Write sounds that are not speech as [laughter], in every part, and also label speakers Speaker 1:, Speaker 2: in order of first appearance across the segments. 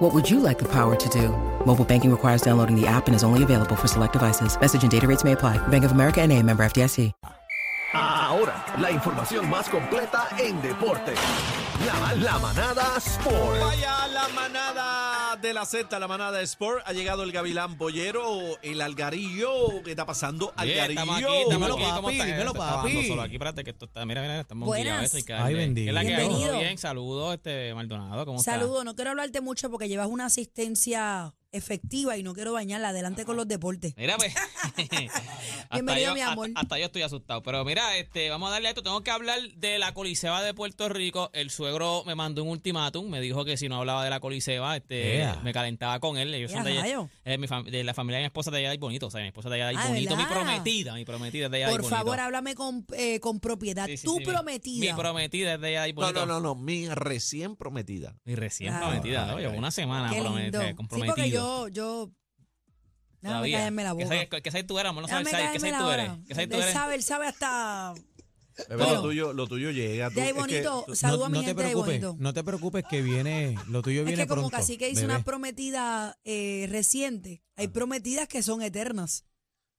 Speaker 1: What would you like the power to do? Mobile banking requires downloading the app and is only available for select devices. Message and data rates may apply. Bank of America and a member FDIC.
Speaker 2: Ahora, la información más completa en deporte. La, la manada Sport.
Speaker 3: Vaya la manada de la Z, la manada Sport. Ha llegado el Gavilán Pollero, el Algarillo. ¿Qué está pasando?
Speaker 4: Bien,
Speaker 3: Algarillo.
Speaker 4: estamos aquí, estamos
Speaker 3: Dímelo,
Speaker 4: aquí, ¿cómo
Speaker 3: papi,
Speaker 4: estás?
Speaker 3: dímelo,
Speaker 4: Estamos trabajando
Speaker 3: papi.
Speaker 4: solo aquí, espérate que esto está, mira, mira, estamos
Speaker 5: Buenas.
Speaker 4: guillados, Ricardo.
Speaker 6: Ay, bendito.
Speaker 4: ¿Qué es la que hay?
Speaker 5: Bienvenido.
Speaker 4: Todo bien, saludos, este, Maldonado, ¿cómo estás?
Speaker 5: Saludos, no quiero hablarte mucho porque llevas una asistencia efectiva y no quiero bañarla. Adelante con los deportes.
Speaker 4: Mira, pues. [laughs] hasta
Speaker 5: Bienvenido,
Speaker 4: yo-
Speaker 5: mi amor.
Speaker 4: Hasta, hasta yo estoy asustado. Pero mira, este, vamos a darle a esto. Tengo que hablar de la Coliseba de Puerto Rico. El suegro me mandó un ultimátum. Me dijo que si no hablaba de la Coliseba, este,
Speaker 6: Ea.
Speaker 4: me calentaba con él. Yo
Speaker 5: Ea,
Speaker 4: soy de, allá-
Speaker 5: rayo.
Speaker 4: eh, mi fam- de la familia de mi esposa de allá del bonito. O sea, mi esposa de allá del
Speaker 5: Ah,
Speaker 4: bonito. Mi
Speaker 5: ¿verdad?
Speaker 4: prometida, mi prometida es de allá del
Speaker 5: Por
Speaker 4: bonito.
Speaker 5: favor, háblame con, eh, con propiedad.
Speaker 4: Sí, sí,
Speaker 5: Tú
Speaker 4: sí, mi-
Speaker 5: prometida.
Speaker 4: Mi prometida es de allá del
Speaker 3: No,
Speaker 4: bonito.
Speaker 3: no, no, no, mi recién prometida.
Speaker 4: Y recién
Speaker 5: Claro.
Speaker 4: prometida,
Speaker 3: Ay,
Speaker 4: ¿no? Llevo
Speaker 3: ay.
Speaker 4: una semana
Speaker 5: Qué
Speaker 4: promete-
Speaker 5: lindo. Sí,
Speaker 4: comprometido.
Speaker 5: porque yo, yo. Déjame
Speaker 4: todavía.
Speaker 5: callarme la
Speaker 4: ¿Qué
Speaker 5: boca.
Speaker 4: sabes- ¿Qué sabes tú eres? Vamos a
Speaker 5: Déjame
Speaker 4: saber, ¿sabes? ¿Qué sabes
Speaker 5: callarme la
Speaker 4: tú eres?
Speaker 5: boca.
Speaker 4: ¿Qué sabes tú
Speaker 5: Él
Speaker 4: eres?
Speaker 5: sabe, él sabe hasta.
Speaker 3: Bebé,
Speaker 5: Bueno.
Speaker 3: lo tuyo, lo tuyo llega. tú-
Speaker 5: De ahí
Speaker 3: es que
Speaker 5: bonito.
Speaker 3: tú-
Speaker 5: Saludo
Speaker 6: no,
Speaker 5: a mi
Speaker 6: no
Speaker 5: gente
Speaker 6: te
Speaker 5: de ahí
Speaker 6: preocupes,
Speaker 5: bonito.
Speaker 6: no te preocupes que viene, lo tuyo
Speaker 5: es
Speaker 6: viene
Speaker 5: que como
Speaker 6: pronto.
Speaker 5: casi que hice
Speaker 6: bebé.
Speaker 5: una prometida eh, reciente, hay prometidas que son eternas.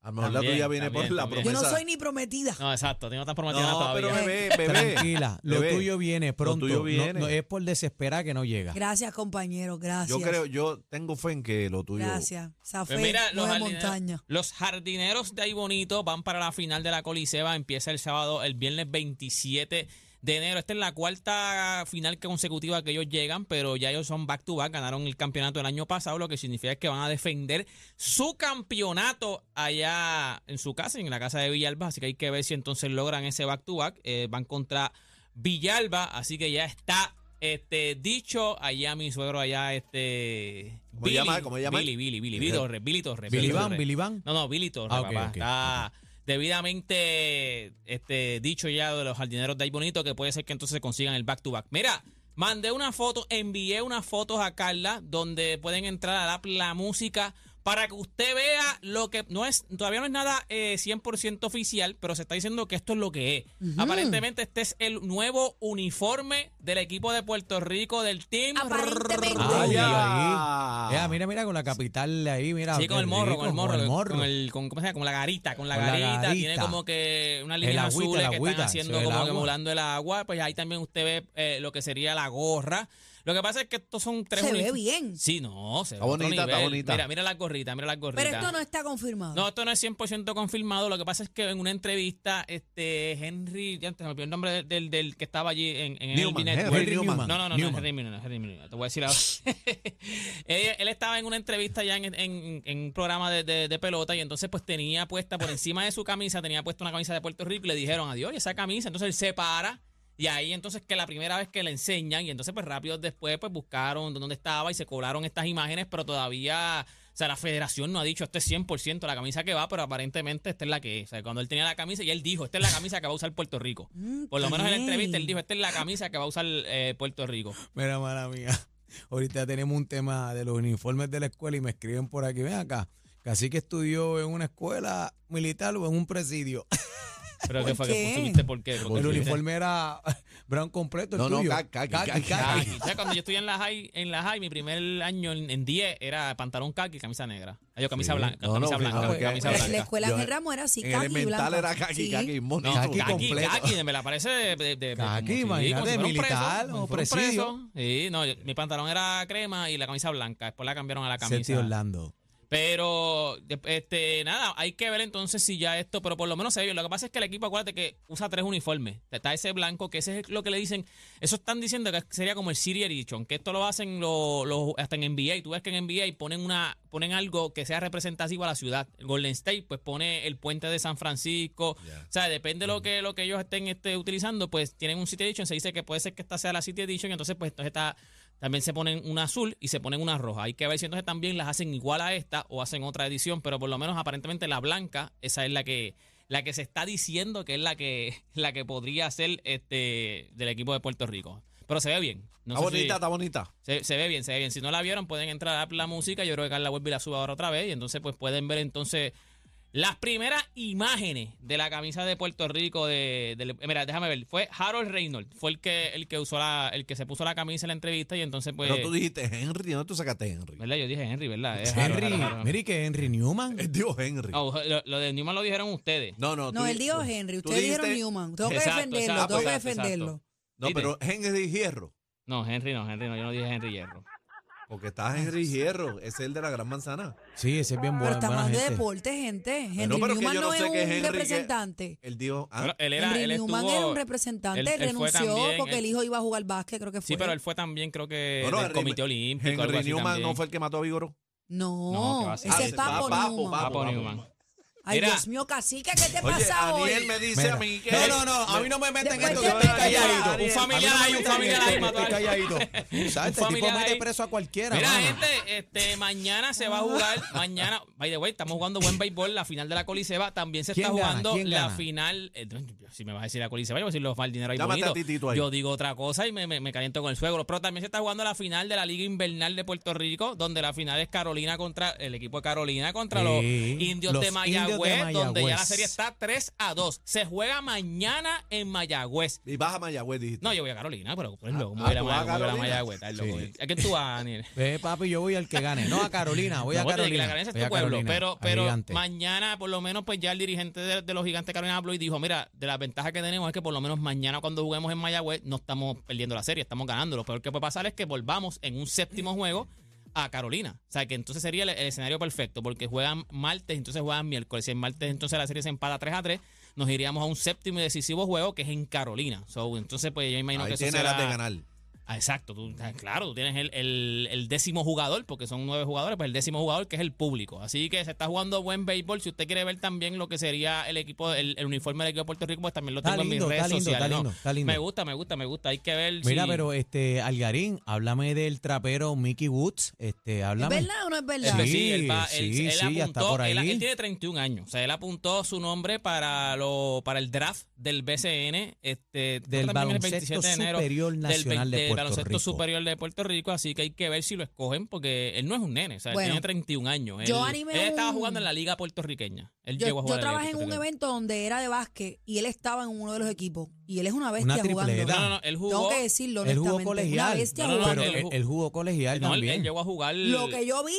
Speaker 3: a lo mejor la
Speaker 4: También,
Speaker 3: tuya viene por
Speaker 4: también,
Speaker 3: la
Speaker 4: también.
Speaker 5: Yo
Speaker 3: promesa.
Speaker 5: no soy ni prometida.
Speaker 4: No, exacto, tengo tan prometida
Speaker 3: No,
Speaker 4: todavía.
Speaker 3: pero bebé, bebé.
Speaker 6: Tranquila, lo
Speaker 3: Bebé,
Speaker 6: tuyo viene pronto.
Speaker 3: tuyo
Speaker 6: no-
Speaker 3: viene.
Speaker 6: no es por desesperar que no llega.
Speaker 5: Gracias, compañero. Gracias.
Speaker 3: Yo creo, yo tengo fe en que lo tuyo.
Speaker 5: Gracias. Esa
Speaker 4: Pues
Speaker 5: fe
Speaker 4: mira,
Speaker 5: no
Speaker 4: los
Speaker 5: es
Speaker 4: jardineros,
Speaker 5: montaña.
Speaker 4: los jardineros de ahí bonito van para la final de la Coliseba. Empieza el sábado, el viernes 27 de enero. Esta es la cuarta final consecutiva que ellos llegan, pero ya ellos son back to back. Ganaron el campeonato el año pasado, lo que significa que van a defender su campeonato allá en su casa, en la casa de Villalba. Así que hay que ver si entonces logran ese back to back. Eh, van contra Villalba, así que ya está. Este, dicho allá mi suegro allá este
Speaker 3: ¿Cómo llama? ¿Cómo llama?
Speaker 4: Billy, Billy, Billy, Billy Torres, Billy Torres.
Speaker 6: Billy
Speaker 4: Torres.
Speaker 6: Van, Billy Van.
Speaker 4: No, no, Billy Torres,
Speaker 6: Ah, ok,
Speaker 4: papá.
Speaker 6: ok,
Speaker 4: Está debidamente este, dicho ya de los jardineros de ahí bonito que puede ser que entonces consigan el back to back. Mira, mandé una foto, envié unas fotos a Carla donde pueden entrar a la, la música para que usted vea lo que no es, todavía no es nada eh, 100% oficial, pero se está diciendo que esto es lo que es. Aparentemente este es el nuevo uniforme del equipo de Puerto Rico, del team.
Speaker 5: Aparentemente.
Speaker 6: Ay,
Speaker 3: Ay,
Speaker 6: Ah, ahí.
Speaker 3: ay.
Speaker 6: Ea, mira, mira, con la capital ahí, mira.
Speaker 4: Sí, con
Speaker 6: qué
Speaker 4: el morro,
Speaker 6: rico,
Speaker 4: con el morro,
Speaker 6: Ah, Con el morro.
Speaker 4: con el- con- ¿cómo se llama? Con la garita, con la,
Speaker 6: Con la
Speaker 4: garita, tiene
Speaker 6: garita.
Speaker 4: como que una línea
Speaker 6: El agüita,
Speaker 4: azul que
Speaker 6: el
Speaker 4: están
Speaker 6: agüita,
Speaker 4: haciendo
Speaker 6: eso es el
Speaker 4: como que
Speaker 6: agua.
Speaker 4: emulando el agua, pues ahí también usted ve eh, lo que sería la gorra. Lo que pasa es que estos son tres
Speaker 5: Se ve
Speaker 4: uniformes.
Speaker 5: bien.
Speaker 4: Sí, no, se
Speaker 3: Está
Speaker 4: ve otro
Speaker 3: bonita, está
Speaker 4: nivel.
Speaker 3: bonita.
Speaker 4: Mira, mira las gorritas, mira las gorritas.
Speaker 5: Pero esto no está confirmado.
Speaker 4: No, esto no es 100% confirmado. Lo que pasa es que en una entrevista, este Henry, ya antes me olvidé el nombre del, del- del que estaba allí en, en el
Speaker 3: Newman,
Speaker 4: Network.
Speaker 3: Henry Newman.
Speaker 4: No, no, no, no,
Speaker 6: Newman.
Speaker 4: Henry Newman, no, Henry Newman. Te voy a decir ahora. [laughs] él, él estaba en una entrevista ya en, en- en un programa de, de- de pelota y entonces pues tenía puesta por encima de su camisa, tenía puesta una camisa de Puerto Rico y le dijeron adiós y esa camisa. Entonces él se para. Y ahí entonces que la primera vez que le enseñan y entonces pues rápido después pues buscaron dónde estaba y se cobraron estas imágenes, pero todavía, o sea, la federación no ha dicho esto es 100% la camisa que va, pero aparentemente esta es la que es. O sea, cuando él tenía la camisa y él dijo, esta es la camisa que va a usar Puerto Rico. Por lo menos en la entrevista él dijo, esta es la camisa que va a usar eh, Puerto Rico.
Speaker 6: Mira, mala mía. [laughs] Ahorita tenemos un tema de los uniformes de la escuela y me escriben por aquí. Ven acá. Casi que estudió en una escuela militar o en un presidio.
Speaker 4: Pero que fue que
Speaker 5: qué?
Speaker 4: pusiste por qué. ¿Por qué
Speaker 6: El
Speaker 4: pusiste?
Speaker 6: uniforme era [laughs] brown completo. el
Speaker 3: No, no,
Speaker 6: tuyo.
Speaker 3: ca- caqui,
Speaker 6: Caqui,
Speaker 3: caqui,
Speaker 6: caqui.
Speaker 4: Khaki. O sea, cuando yo estudié en la high, en la high, mi primer año en en 10 era pantalón khaki y camisa negra. Ay, yo camisa
Speaker 3: Sí.
Speaker 4: blanca,
Speaker 3: No, no,
Speaker 4: camisa
Speaker 3: fíjate,
Speaker 4: blanca,
Speaker 3: porque-
Speaker 4: camisa
Speaker 5: Pero
Speaker 3: Ahora,
Speaker 5: la
Speaker 4: blanca.
Speaker 5: escuela
Speaker 3: yo-
Speaker 5: en el ramo era así.
Speaker 3: En
Speaker 5: caqui
Speaker 3: elemental
Speaker 5: blanca.
Speaker 3: era caqui,
Speaker 5: Sí.
Speaker 3: caqui,
Speaker 4: No,
Speaker 3: monito.
Speaker 4: khaki,
Speaker 6: Khaki completo.
Speaker 4: khaki, me la parece de, de, de-
Speaker 6: Khaki,
Speaker 4: como si-
Speaker 6: imagínate,
Speaker 4: como si fuera un preso,
Speaker 6: militar
Speaker 4: como si fuera
Speaker 6: o
Speaker 4: un preso.
Speaker 6: presidio.
Speaker 4: Sí, no, yo- mi pantalón era crema y la camisa blanca, después la cambiaron a la camisa.
Speaker 6: Seti Orlando.
Speaker 4: Pero, de- este, nada, hay que ver entonces si ya esto, pero por lo menos se ve bien. Lo que pasa es que el equipo, acuérdate que usa tres uniformes. Está ese blanco, que ese es lo que le dicen. Eso están diciendo que sería como el City Edition, que esto lo hacen los, los- hasta en NBA. Tú ves que en NBA ponen una ponen algo que sea representativo a la ciudad. El Golden State, pues pone el puente de San Francisco. O sea, depende de lo que, lo que ellos estén este, utilizando, pues tienen un City Edition. Se dice que puede ser que esta sea la City Edition, y entonces, pues, entonces está también se ponen una azul y se ponen una roja. Hay que ver si entonces también las hacen igual a esta o hacen otra edición, pero por lo menos aparentemente la blanca, esa es la que, la que se está diciendo que es la que, [laughs] la que podría ser este, del equipo de Puerto Rico. Pero se ve bien. No
Speaker 3: está
Speaker 4: sé si-
Speaker 3: bonita, está bonita.
Speaker 4: se, se ve bien, se ve bien. Si no la vieron, pueden entrar a la música. Yo creo que Carla vuelve y la sube ahora otra vez. Y entonces, pues pueden ver entonces las primeras imágenes de la camisa de Puerto Rico. De, del- eh, mira, déjame ver. Fue Harold Reynolds. Fue el que, el que usó la, el que se puso la camisa en la entrevista. Y entonces, pues.
Speaker 3: Pero tú dijiste Henry, ¿no? Tú sacaste Henry.
Speaker 4: ¿Verdad? Yo dije Henry, ¿verdad? Es Harold,
Speaker 6: Henry,
Speaker 4: Harold, Harold.
Speaker 6: mire que Henry Newman.
Speaker 3: Él dijo Henry.
Speaker 4: Oh, lo, lo de Newman lo dijeron ustedes.
Speaker 3: No, no.
Speaker 5: No,
Speaker 3: tú-
Speaker 5: él dijo
Speaker 3: tú-
Speaker 5: Henry.
Speaker 3: tú
Speaker 5: Ustedes dijeron
Speaker 3: dijiste-
Speaker 5: Newman. Tengo que
Speaker 4: Exacto,
Speaker 5: defenderlo,
Speaker 4: exacto,
Speaker 5: tengo que
Speaker 4: exacto,
Speaker 5: defenderlo.
Speaker 4: exacto.
Speaker 3: No,
Speaker 4: Dime.
Speaker 3: pero Henry Hierro.
Speaker 4: No, Henry no, Henry no. Yo no dije Henry Hierro.
Speaker 3: Porque
Speaker 4: Ah,
Speaker 3: está Henry Hierro. Ese es el de la Gran Manzana.
Speaker 6: Sí, ese es bien
Speaker 5: Ah, Pero
Speaker 6: bueno.
Speaker 5: estamos hablando de deporte, gente. Henry
Speaker 3: pero que
Speaker 5: Newman
Speaker 3: yo no
Speaker 5: no
Speaker 3: sé
Speaker 5: es
Speaker 3: qué
Speaker 5: un
Speaker 3: Henry que-
Speaker 5: representante.
Speaker 3: Él dijo. ah,
Speaker 4: Pero él era,
Speaker 5: Henry
Speaker 4: él
Speaker 5: Newman
Speaker 4: estuvo-
Speaker 5: era un representante,
Speaker 4: él- él fue
Speaker 5: renunció
Speaker 4: también,
Speaker 5: porque
Speaker 4: él-
Speaker 5: el hijo iba a jugar básquet, creo que fue.
Speaker 4: Sí, pero él fue también, creo que,
Speaker 3: no, no,
Speaker 4: del
Speaker 3: Henry-
Speaker 4: Comité Olímpico. algo
Speaker 3: Henry
Speaker 4: así
Speaker 3: Newman
Speaker 4: también.
Speaker 3: no fue el que mató a Vigoró.
Speaker 4: No,
Speaker 5: No,
Speaker 4: ¿qué va a
Speaker 5: ese
Speaker 4: ser?
Speaker 3: Ah,
Speaker 5: es
Speaker 3: ese Papo,
Speaker 5: Papo Newman.
Speaker 3: Papo,
Speaker 4: Papo
Speaker 3: Papo.
Speaker 4: Newman.
Speaker 5: Ay,
Speaker 4: Mira.
Speaker 5: Dios mío, cacique, ¿qué te
Speaker 3: Oye,
Speaker 5: pasa
Speaker 3: Daniel
Speaker 5: hoy?
Speaker 3: me dice a mí que.
Speaker 6: No, no, no, a mí no me meten
Speaker 5: Después
Speaker 6: esto,
Speaker 5: te-
Speaker 6: yo estoy
Speaker 5: Después te-
Speaker 6: calladito.
Speaker 4: Un familiar
Speaker 6: A mí no me
Speaker 4: ahí, un
Speaker 6: meten
Speaker 4: familiar
Speaker 6: esto,
Speaker 4: ahí,
Speaker 6: yo
Speaker 4: mató a [laughs]
Speaker 6: Estoy calladito. ¿Sabes? Este tipo
Speaker 4: familiar
Speaker 6: mete
Speaker 4: ahí.
Speaker 6: preso a cualquiera,
Speaker 4: Mira,
Speaker 6: mano.
Speaker 4: gente, este, mañana se va a jugar, mañana, by the way, estamos jugando buen béisbol, la final de la Coliseba, también se está
Speaker 6: ¿Quién gana?
Speaker 4: jugando
Speaker 6: ¿Quién
Speaker 4: la
Speaker 6: gana?
Speaker 4: final, eh, si me vas a decir la Coliseba, yo voy a decir los dinero ahí
Speaker 3: Llámate
Speaker 4: bonito.
Speaker 3: a Titito ahí.
Speaker 4: Yo digo otra cosa y me, me- me caliento con el suegro, pero también se está jugando la final de la Liga Invernal de Puerto Rico, donde la final es Carolina contra, el equipo de Carolina contra los
Speaker 6: Sí,
Speaker 4: indios
Speaker 6: los
Speaker 4: de
Speaker 6: Indios
Speaker 4: Mayagüez,
Speaker 6: de
Speaker 4: donde ya la
Speaker 6: Mayagüez.
Speaker 4: serie está 3 a 2, se juega mañana en Mayagüez.
Speaker 3: Y baja Mayagüez, dijiste.
Speaker 4: No, yo voy a Carolina, pero pues,
Speaker 3: Ah,
Speaker 4: loco, me
Speaker 3: ah,
Speaker 4: voy a la
Speaker 3: tú vas a
Speaker 4: Maya- me voy a la
Speaker 3: Carolina.
Speaker 4: Mayagüez, estás loco.
Speaker 6: Sí.
Speaker 4: ¿A qué tú vas, Daniel?
Speaker 6: Ve, papi, yo voy al que gane. No, a Carolina, voy a
Speaker 4: No, porque
Speaker 6: Carolina.
Speaker 4: La Carolina es
Speaker 6: Voy
Speaker 4: tu
Speaker 6: a
Speaker 4: pueblo.
Speaker 6: Carolina,
Speaker 4: pero
Speaker 6: al
Speaker 4: pero
Speaker 6: gigante.
Speaker 4: mañana, por lo menos, pues ya el dirigente de, de los gigantes Carolina habló y dijo: Mira, de las ventajas que tenemos es que por lo menos mañana cuando juguemos en Mayagüez no estamos perdiendo la serie, estamos ganando. Lo peor que puede pasar es que volvamos en un séptimo juego a Carolina. O sea, que entonces sería el, el escenario perfecto porque juegan martes, entonces juegan miércoles. Si el martes entonces la serie se empata 3 a 3, nos iríamos a un séptimo y decisivo juego que es en Carolina. So, entonces, pues yo imagino que
Speaker 3: Ahí
Speaker 4: eso
Speaker 3: tiene
Speaker 4: será-
Speaker 3: las de ganar.
Speaker 4: Ah, exacto, tú, ah, claro, tú tienes el, el- el décimo jugador, porque son nueve jugadores, pues el décimo jugador que es el público. Así que se está jugando buen béisbol. Si usted quiere ver también lo que sería el equipo, el, el uniforme del equipo de Puerto Rico, pues también lo
Speaker 6: Está
Speaker 4: tengo en
Speaker 6: lindo,
Speaker 4: mis redes
Speaker 6: está lindo,
Speaker 4: sociales.
Speaker 6: está
Speaker 4: ¿no?
Speaker 6: lindo, está lindo.
Speaker 4: Me gusta, me gusta, me gusta. Hay que ver.
Speaker 6: Mira,
Speaker 4: si-
Speaker 6: pero este, Algarín, háblame del trapero Mickey Woods. Este,
Speaker 5: ¿Es
Speaker 6: háblame.
Speaker 5: verdad o no es
Speaker 4: Él-
Speaker 5: verdad?
Speaker 6: Sí,
Speaker 4: sí, él va- él-
Speaker 6: sí,
Speaker 4: él
Speaker 6: sí, ya está
Speaker 4: apuntó-
Speaker 6: por
Speaker 4: él-
Speaker 6: ahí.
Speaker 4: él tiene 31 años. O sea, él apuntó su nombre para lo para el draft del BCN. Este, creo que también
Speaker 6: Del
Speaker 4: el
Speaker 6: Baloncesto
Speaker 4: 27 de enero,
Speaker 6: Superior
Speaker 4: del
Speaker 6: Nacional
Speaker 4: 20
Speaker 6: de
Speaker 4: del
Speaker 6: Puerto
Speaker 4: Baloncesto
Speaker 6: Rico.
Speaker 4: Superior de Puerto Rico. Así que hay que ver si lo escogen porque él no es un nene. O sea, él
Speaker 5: Bueno,
Speaker 4: tiene 31 años. Él,
Speaker 5: yo animé
Speaker 4: él estaba
Speaker 5: un-
Speaker 4: jugando en la liga puertorriqueña. Él
Speaker 5: Yo,
Speaker 4: llegó a
Speaker 5: yo
Speaker 4: jugar en la
Speaker 5: trabajé en
Speaker 4: liga
Speaker 5: un
Speaker 4: puertorriqueña.
Speaker 5: evento donde era de básquet y él estaba en uno de los equipos y él es una bestia jugando.
Speaker 6: tripleta.
Speaker 4: No, no, no. Él
Speaker 5: Tengo
Speaker 4: jugó.
Speaker 5: que decirlo
Speaker 6: El jugó
Speaker 5: honestamente. Una
Speaker 6: colegial.
Speaker 5: bestia
Speaker 4: No, no, no,
Speaker 5: jugando.
Speaker 6: pero
Speaker 4: él
Speaker 6: él,
Speaker 4: jugó-
Speaker 6: él jugó colegial
Speaker 4: no, él,
Speaker 6: también.
Speaker 4: él llegó a jugar.
Speaker 5: Lo que yo vi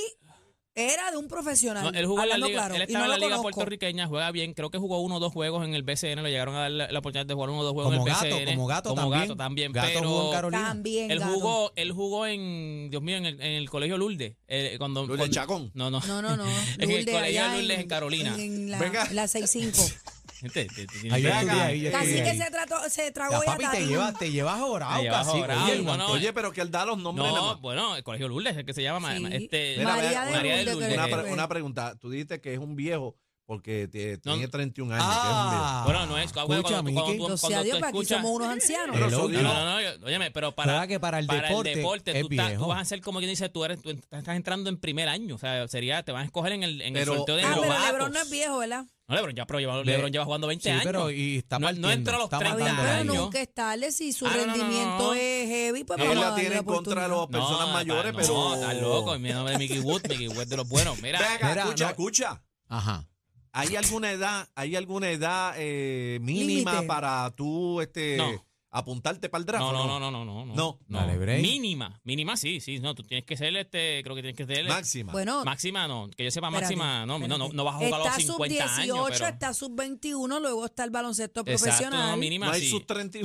Speaker 5: era de un profesional.
Speaker 4: No, él jugó en la
Speaker 5: hablando
Speaker 4: liga,
Speaker 5: claro,
Speaker 4: él
Speaker 5: y
Speaker 4: estaba
Speaker 5: no
Speaker 4: en la
Speaker 5: lo
Speaker 4: liga
Speaker 5: conozco.
Speaker 4: puertorriqueña, juega bien, creo que jugó uno o dos juegos en el BCN, le llegaron a dar la, la oportunidad de jugar uno o dos juegos
Speaker 6: como,
Speaker 4: en el
Speaker 6: gato,
Speaker 4: BCN.
Speaker 6: como gato, también.
Speaker 4: gato también,
Speaker 6: Gato
Speaker 4: pero
Speaker 6: jugó en Carolina.
Speaker 5: También,
Speaker 4: él
Speaker 5: gato.
Speaker 4: jugó, él jugó en, Dios mío, en el, en el colegio Lourdes, eh, cuando,
Speaker 3: Lourdes
Speaker 4: cuando-
Speaker 3: Chacón.
Speaker 4: No, no.
Speaker 5: No, no, no.
Speaker 4: el
Speaker 5: Lourdes,
Speaker 4: colegio
Speaker 5: allá
Speaker 4: Lourdes en Carolina.
Speaker 5: En, en la,
Speaker 3: Venga.
Speaker 4: [laughs]
Speaker 5: la 65.
Speaker 4: [laughs] Gente, te- te-
Speaker 6: Ahí yo
Speaker 4: te-
Speaker 6: estudié ahí, yo
Speaker 5: Casi
Speaker 6: estudié
Speaker 5: que
Speaker 6: ahí.
Speaker 5: se, trató, se
Speaker 6: Ya,
Speaker 5: tragó ya
Speaker 6: papi, te
Speaker 5: Tatín.
Speaker 6: llevas, te llevas jorado,
Speaker 4: Te llevas
Speaker 6: casi.
Speaker 4: jorado,
Speaker 6: Oye, el
Speaker 4: no, no,
Speaker 6: guante-
Speaker 3: Oye, pero que él da los nombres. nada
Speaker 4: No, pues,
Speaker 3: más.
Speaker 4: bueno, el colegio Lourdes, el que se llama,
Speaker 5: Sí.
Speaker 4: este,
Speaker 3: Mira,
Speaker 5: María
Speaker 3: vea,
Speaker 5: de
Speaker 3: María
Speaker 4: de
Speaker 5: Lourdes,
Speaker 4: Lourdes.
Speaker 5: creo
Speaker 3: Una,
Speaker 5: que
Speaker 3: pre-
Speaker 5: fue.
Speaker 3: una pregunta. Tú dijiste que es un viejo porque tie-
Speaker 4: No.
Speaker 3: tiene 31 años.
Speaker 6: Ah.
Speaker 4: bueno, no es, cuando,
Speaker 6: Escucha,
Speaker 4: cuando, cuando,
Speaker 6: Miki.
Speaker 4: tú-
Speaker 5: O sea,
Speaker 4: cuando
Speaker 5: Dios,
Speaker 4: tú
Speaker 5: pues aquí
Speaker 4: escuchas-
Speaker 5: somos unos ancianos.
Speaker 3: Pero
Speaker 6: Hello.
Speaker 3: eso
Speaker 4: No,
Speaker 3: digo.
Speaker 4: no, no, yo- óyeme, pero para,
Speaker 6: Claro que para el deporte es
Speaker 4: tú, estás-
Speaker 6: viejo.
Speaker 4: tú vas a ser como quien dice, tú, eres, tú estás entrando en primer año, o sea, sería, te van a escoger en el, en
Speaker 3: Pero-
Speaker 4: el sorteo de
Speaker 5: Ah, pero
Speaker 4: novatos.
Speaker 5: Lebron no es viejo, ¿verdad?
Speaker 4: No, Lebron, ya, pero lleva, Lebron lleva jugando 20
Speaker 6: Sí,
Speaker 4: años.
Speaker 6: pero y está
Speaker 4: no, no
Speaker 6: partiendo,
Speaker 4: entró a los
Speaker 6: está
Speaker 4: 30
Speaker 5: Está bien,
Speaker 6: mandando
Speaker 5: pero
Speaker 4: años.
Speaker 5: nunca es tarde. Si su
Speaker 4: Ah, no, no, no,
Speaker 5: rendimiento
Speaker 4: no.
Speaker 5: es heavy, pues
Speaker 3: Él
Speaker 5: vamos
Speaker 3: la
Speaker 5: a darle
Speaker 3: tiene en contra de los-
Speaker 4: No,
Speaker 3: personas
Speaker 4: está-
Speaker 3: mayores,
Speaker 4: no,
Speaker 3: pero-
Speaker 4: está loco, el nombre de Mickey Wood, Mickey Wood de los buenos. Mira,
Speaker 3: Ven acá,
Speaker 6: Mira,
Speaker 3: escucha,
Speaker 6: no.
Speaker 3: escucha.
Speaker 6: Ajá.
Speaker 3: ¿Hay alguna edad, hay alguna edad eh, mínima
Speaker 5: Límite.
Speaker 3: para tú este,
Speaker 4: No.
Speaker 3: apuntarte para el draft?
Speaker 4: no,
Speaker 3: o
Speaker 4: no, no, no, no, no,
Speaker 3: No.
Speaker 6: Dale, break.
Speaker 4: Mínima, mínima sí, sí, no, tú tienes que ser este, creo que tienes que ser
Speaker 3: Máxima.
Speaker 5: Bueno,
Speaker 4: máxima no, que yo sepa
Speaker 5: espérate,
Speaker 4: máxima, no, no, no,
Speaker 5: espérate.
Speaker 4: no vas a jugar a los
Speaker 5: Está
Speaker 4: 50
Speaker 5: sub-18,
Speaker 4: años, pero
Speaker 5: está sub-21, luego está el baloncesto
Speaker 4: Exacto, no,
Speaker 5: profesional.
Speaker 4: mínima
Speaker 3: no hay
Speaker 4: sí.
Speaker 3: sus 30.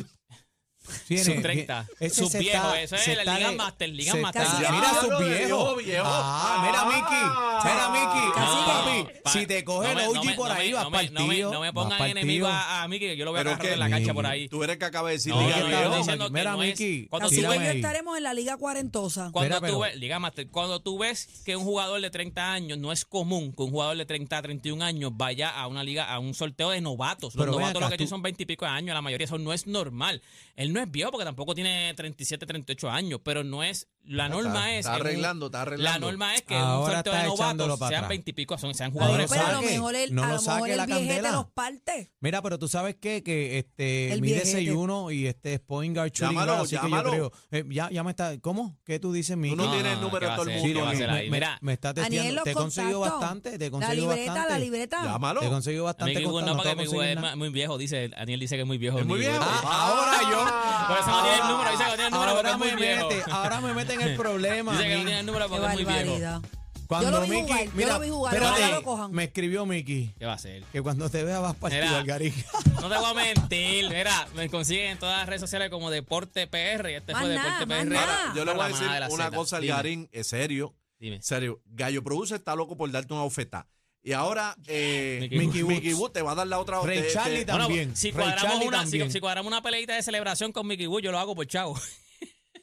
Speaker 6: Tiene-
Speaker 4: Sub 30.
Speaker 6: bien, ese
Speaker 4: Sub
Speaker 6: se
Speaker 4: viejo,
Speaker 6: está-
Speaker 4: eso es
Speaker 6: se
Speaker 4: la
Speaker 6: está
Speaker 4: Liga
Speaker 6: de-
Speaker 4: Master, Liga
Speaker 6: se
Speaker 4: Master.
Speaker 6: está-
Speaker 5: Ya,
Speaker 6: Mira
Speaker 3: lo
Speaker 6: sus
Speaker 3: de
Speaker 6: viejos.
Speaker 3: viejo, viejo. Ah.
Speaker 6: Ah, mira, Miki. Mira, Miki.
Speaker 3: Casi,
Speaker 6: Ah,
Speaker 4: no,
Speaker 6: papi,
Speaker 4: pa-
Speaker 6: si te coge
Speaker 4: no
Speaker 6: el
Speaker 4: me- no
Speaker 6: OG
Speaker 4: me-
Speaker 6: por
Speaker 4: no
Speaker 6: ahí,
Speaker 4: me-
Speaker 6: vas
Speaker 4: no me-
Speaker 6: partido.
Speaker 4: No me, no me
Speaker 6: vas
Speaker 4: pongan
Speaker 6: partido.
Speaker 4: enemigo a, a mí, que yo lo voy a
Speaker 3: Pero
Speaker 4: agarrar
Speaker 3: que-
Speaker 4: en la cancha
Speaker 6: Miki,
Speaker 4: por ahí.
Speaker 3: Tú eres que acaba de decir
Speaker 4: No,
Speaker 3: Liga
Speaker 4: no, no,
Speaker 3: Viejo.
Speaker 4: yo
Speaker 6: Miki,
Speaker 4: diciendo que
Speaker 6: mira,
Speaker 4: no es-
Speaker 6: Miki,
Speaker 4: cuando
Speaker 5: Casi
Speaker 4: tú
Speaker 5: que
Speaker 6: tírame
Speaker 5: yo
Speaker 6: ahí.
Speaker 5: estaremos en la liga cuarentosa.
Speaker 4: Cuando
Speaker 6: Espera,
Speaker 4: tú
Speaker 6: pero-
Speaker 4: ves, Liga Master, cuando tú ves que un jugador de 30 años no es común que un jugador de 30 a 31 años vaya a una liga, a un sorteo de novatos. Los
Speaker 6: Pero ven
Speaker 4: novatos
Speaker 6: acá,
Speaker 4: lo que tienen
Speaker 6: tú-
Speaker 4: son 20 y pico de años, la mayoría, eso no es normal. Él no es viejo porque tampoco tiene 37, 38 años, pero no es. La
Speaker 3: está,
Speaker 4: norma es.
Speaker 3: Está
Speaker 4: en un-
Speaker 3: arreglando, está
Speaker 4: la
Speaker 3: arreglando.
Speaker 4: norma es que en un
Speaker 6: Ahora
Speaker 4: sorteo de
Speaker 6: está echándolo
Speaker 4: novatos
Speaker 6: para
Speaker 4: sean
Speaker 6: atrás.
Speaker 4: 20 y pico, son, sean
Speaker 6: Ahora
Speaker 4: jugadores.
Speaker 6: lo
Speaker 5: pero a lo
Speaker 6: saque,
Speaker 5: mejor el,
Speaker 6: no
Speaker 5: a
Speaker 6: lo
Speaker 5: lo mejor
Speaker 6: saque
Speaker 5: el
Speaker 6: la
Speaker 5: viejete
Speaker 6: candela.
Speaker 5: los parte.
Speaker 6: Mira, pero tú sabes qué, que este
Speaker 5: El
Speaker 6: mide
Speaker 5: viejete.
Speaker 6: 6'1 y este es point guard shooting
Speaker 3: Llámalo,
Speaker 6: guard, así
Speaker 3: llámalo.
Speaker 6: que yo creo, eh, ya, ya me está, ¿cómo? ¿Qué tú dices, Miki?
Speaker 3: no tienes el número
Speaker 4: ¿qué
Speaker 3: de
Speaker 4: va a
Speaker 3: todo el
Speaker 4: hacer?
Speaker 3: mundo.
Speaker 4: ¿Qué va a
Speaker 3: Sí,
Speaker 4: hacer
Speaker 3: no,
Speaker 4: ahí?
Speaker 6: me,
Speaker 4: Mira,
Speaker 6: me está
Speaker 5: Daniel,
Speaker 6: testeando,
Speaker 5: los
Speaker 6: te he conseguido
Speaker 5: contactos.
Speaker 6: bastante, te he
Speaker 5: La
Speaker 6: conseguido
Speaker 5: libreta,
Speaker 6: bastante.
Speaker 5: la libreta.
Speaker 3: Llámalo.
Speaker 6: Te he conseguido bastante
Speaker 4: Miki Gu no,
Speaker 6: contacto,
Speaker 4: porque
Speaker 6: no te
Speaker 4: Miki
Speaker 6: voy
Speaker 4: Gu
Speaker 6: a
Speaker 4: es
Speaker 6: conseguir
Speaker 4: ma-
Speaker 6: nada.
Speaker 4: muy viejo, dice. Daniel dice que es muy viejo.
Speaker 3: Es muy
Speaker 4: Miki Gu.
Speaker 3: viejo.
Speaker 4: Ah,
Speaker 6: Ahora yo.
Speaker 4: Por eso no tiene el número, dice que no tiene el número porque
Speaker 6: Ahora
Speaker 4: es
Speaker 6: me
Speaker 4: muy viejo.
Speaker 6: mete, ahora me meten el problema.
Speaker 4: Dice que
Speaker 6: a
Speaker 4: no
Speaker 6: mí.
Speaker 4: tiene el número
Speaker 5: Qué
Speaker 4: porque es muy viejo.
Speaker 5: barbaridad.
Speaker 6: Cuando
Speaker 5: lo vi
Speaker 6: Miki-
Speaker 5: jugar, yo
Speaker 6: mira,
Speaker 5: lo vi jugar,
Speaker 6: espérate,
Speaker 5: ojalá lo cojan.
Speaker 6: Me escribió Miki
Speaker 4: ¿Qué va a hacer?
Speaker 6: que cuando te vea vas partido
Speaker 4: Mira.
Speaker 6: al garí.
Speaker 4: No te voy a mentir. Mira, me consiguen en todas las redes sociales como Deporte PR. y Este
Speaker 5: Más
Speaker 4: fue
Speaker 5: nada,
Speaker 4: Deporte
Speaker 5: más
Speaker 4: PR.
Speaker 5: nada.
Speaker 3: Yo le voy a
Speaker 4: Para la
Speaker 3: decir
Speaker 4: manada de la
Speaker 3: una
Speaker 4: Z.
Speaker 3: cosa al
Speaker 4: Dime,
Speaker 3: Garín, es serio.
Speaker 4: Dime.
Speaker 3: En serio, Gallo Produce está loco por darte una oferta. Y ahora, eh,
Speaker 4: Mickey
Speaker 3: Mickey
Speaker 6: Woods.
Speaker 3: Mickey Woods te va a dar la otra
Speaker 6: Ray
Speaker 3: te-
Speaker 6: Charlie
Speaker 3: te-
Speaker 6: también.
Speaker 4: si,
Speaker 6: Ray
Speaker 4: cuadramos
Speaker 6: Charlie
Speaker 4: una, si,
Speaker 6: también.
Speaker 4: si cuadramos una peleita de celebración con Mickey Wu, yo lo hago por chavo.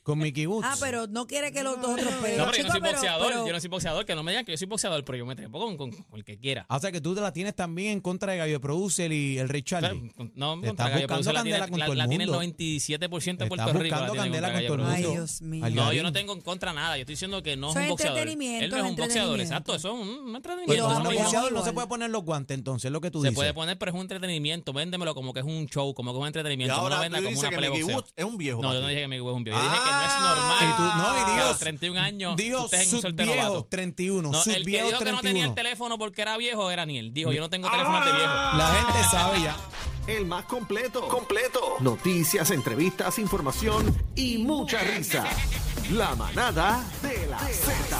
Speaker 6: Con Mickey Woods.
Speaker 5: Ah, pero no quiere que los dos otros peguen.
Speaker 4: [laughs] No, pero yo no
Speaker 5: Chico,
Speaker 4: soy
Speaker 5: pero-
Speaker 4: boxeador.
Speaker 5: pero-
Speaker 4: Yo no soy boxeador. Que no me digan que yo soy boxeador, pero yo me trepo con, con, con el que quiera.
Speaker 6: Ah, O sea que tú te la tienes también en contra de Gallo Producer y el Ray Charlie.
Speaker 4: Pero, No,
Speaker 6: Te
Speaker 4: contra Gallo
Speaker 6: estás buscando
Speaker 4: Producer la
Speaker 6: candela
Speaker 4: tiene,
Speaker 6: con
Speaker 4: la-
Speaker 6: todo el
Speaker 4: la tiene el
Speaker 6: mundo.
Speaker 4: 97% en Puerto
Speaker 6: Estás
Speaker 4: Rico. la
Speaker 6: buscando
Speaker 4: tiene contra
Speaker 6: candela con
Speaker 4: Gallo
Speaker 6: todo el
Speaker 4: Producer.
Speaker 6: mundo.
Speaker 5: Ay, Dios mío.
Speaker 6: Al
Speaker 4: No,
Speaker 6: Garín.
Speaker 4: yo no tengo en contra nada. Yo estoy diciendo que no es
Speaker 5: Eso
Speaker 4: un
Speaker 5: es
Speaker 4: boxeador.
Speaker 5: entretenimiento,
Speaker 4: Él no es
Speaker 5: es
Speaker 4: un boxeador,
Speaker 5: entretenimiento.
Speaker 4: exacto. Eso es un, un
Speaker 6: Y
Speaker 5: Pues
Speaker 4: entretenimiento.
Speaker 6: los
Speaker 4: eso
Speaker 5: lo amo
Speaker 4: no
Speaker 5: por
Speaker 4: mismo.
Speaker 5: igual.
Speaker 6: boxeadores no se puede poner los guantes, entonces, lo que tú
Speaker 4: Se
Speaker 6: dices.
Speaker 4: puede poner, pero es un entretenimiento. Véndemelo como que es un show, como que es un
Speaker 3: Y
Speaker 4: entretenimiento. no lo
Speaker 3: ahora
Speaker 4: venda
Speaker 3: tú
Speaker 4: como
Speaker 3: dices
Speaker 4: una
Speaker 3: que
Speaker 4: pelea de
Speaker 3: Mickey
Speaker 4: boxeo.
Speaker 3: Woods es un viejo.
Speaker 4: No, yo
Speaker 3: para
Speaker 4: no
Speaker 3: ti.
Speaker 4: dije que mi huevo es un viejo. Yo dije que no es
Speaker 3: Ah.
Speaker 6: Y tú-
Speaker 4: normal.
Speaker 6: no, y
Speaker 4: que a
Speaker 6: Dios.
Speaker 4: los 31 años.
Speaker 6: Dijo
Speaker 4: usted es un
Speaker 6: sus
Speaker 4: sorteo novato.
Speaker 6: viejos 31.
Speaker 4: No,
Speaker 6: sus
Speaker 4: el que
Speaker 6: viejos
Speaker 4: dijo que no tenía
Speaker 6: 31.
Speaker 4: el teléfono porque era viejo era Aniel. Dijo, yo no
Speaker 3: Ah.
Speaker 4: tengo teléfono ante viejo.
Speaker 6: La
Speaker 4: [laughs]
Speaker 6: gente sabe ya.
Speaker 2: El más completo. Completo. Noticias, entrevistas, información y mucha risa. La manada de la Z.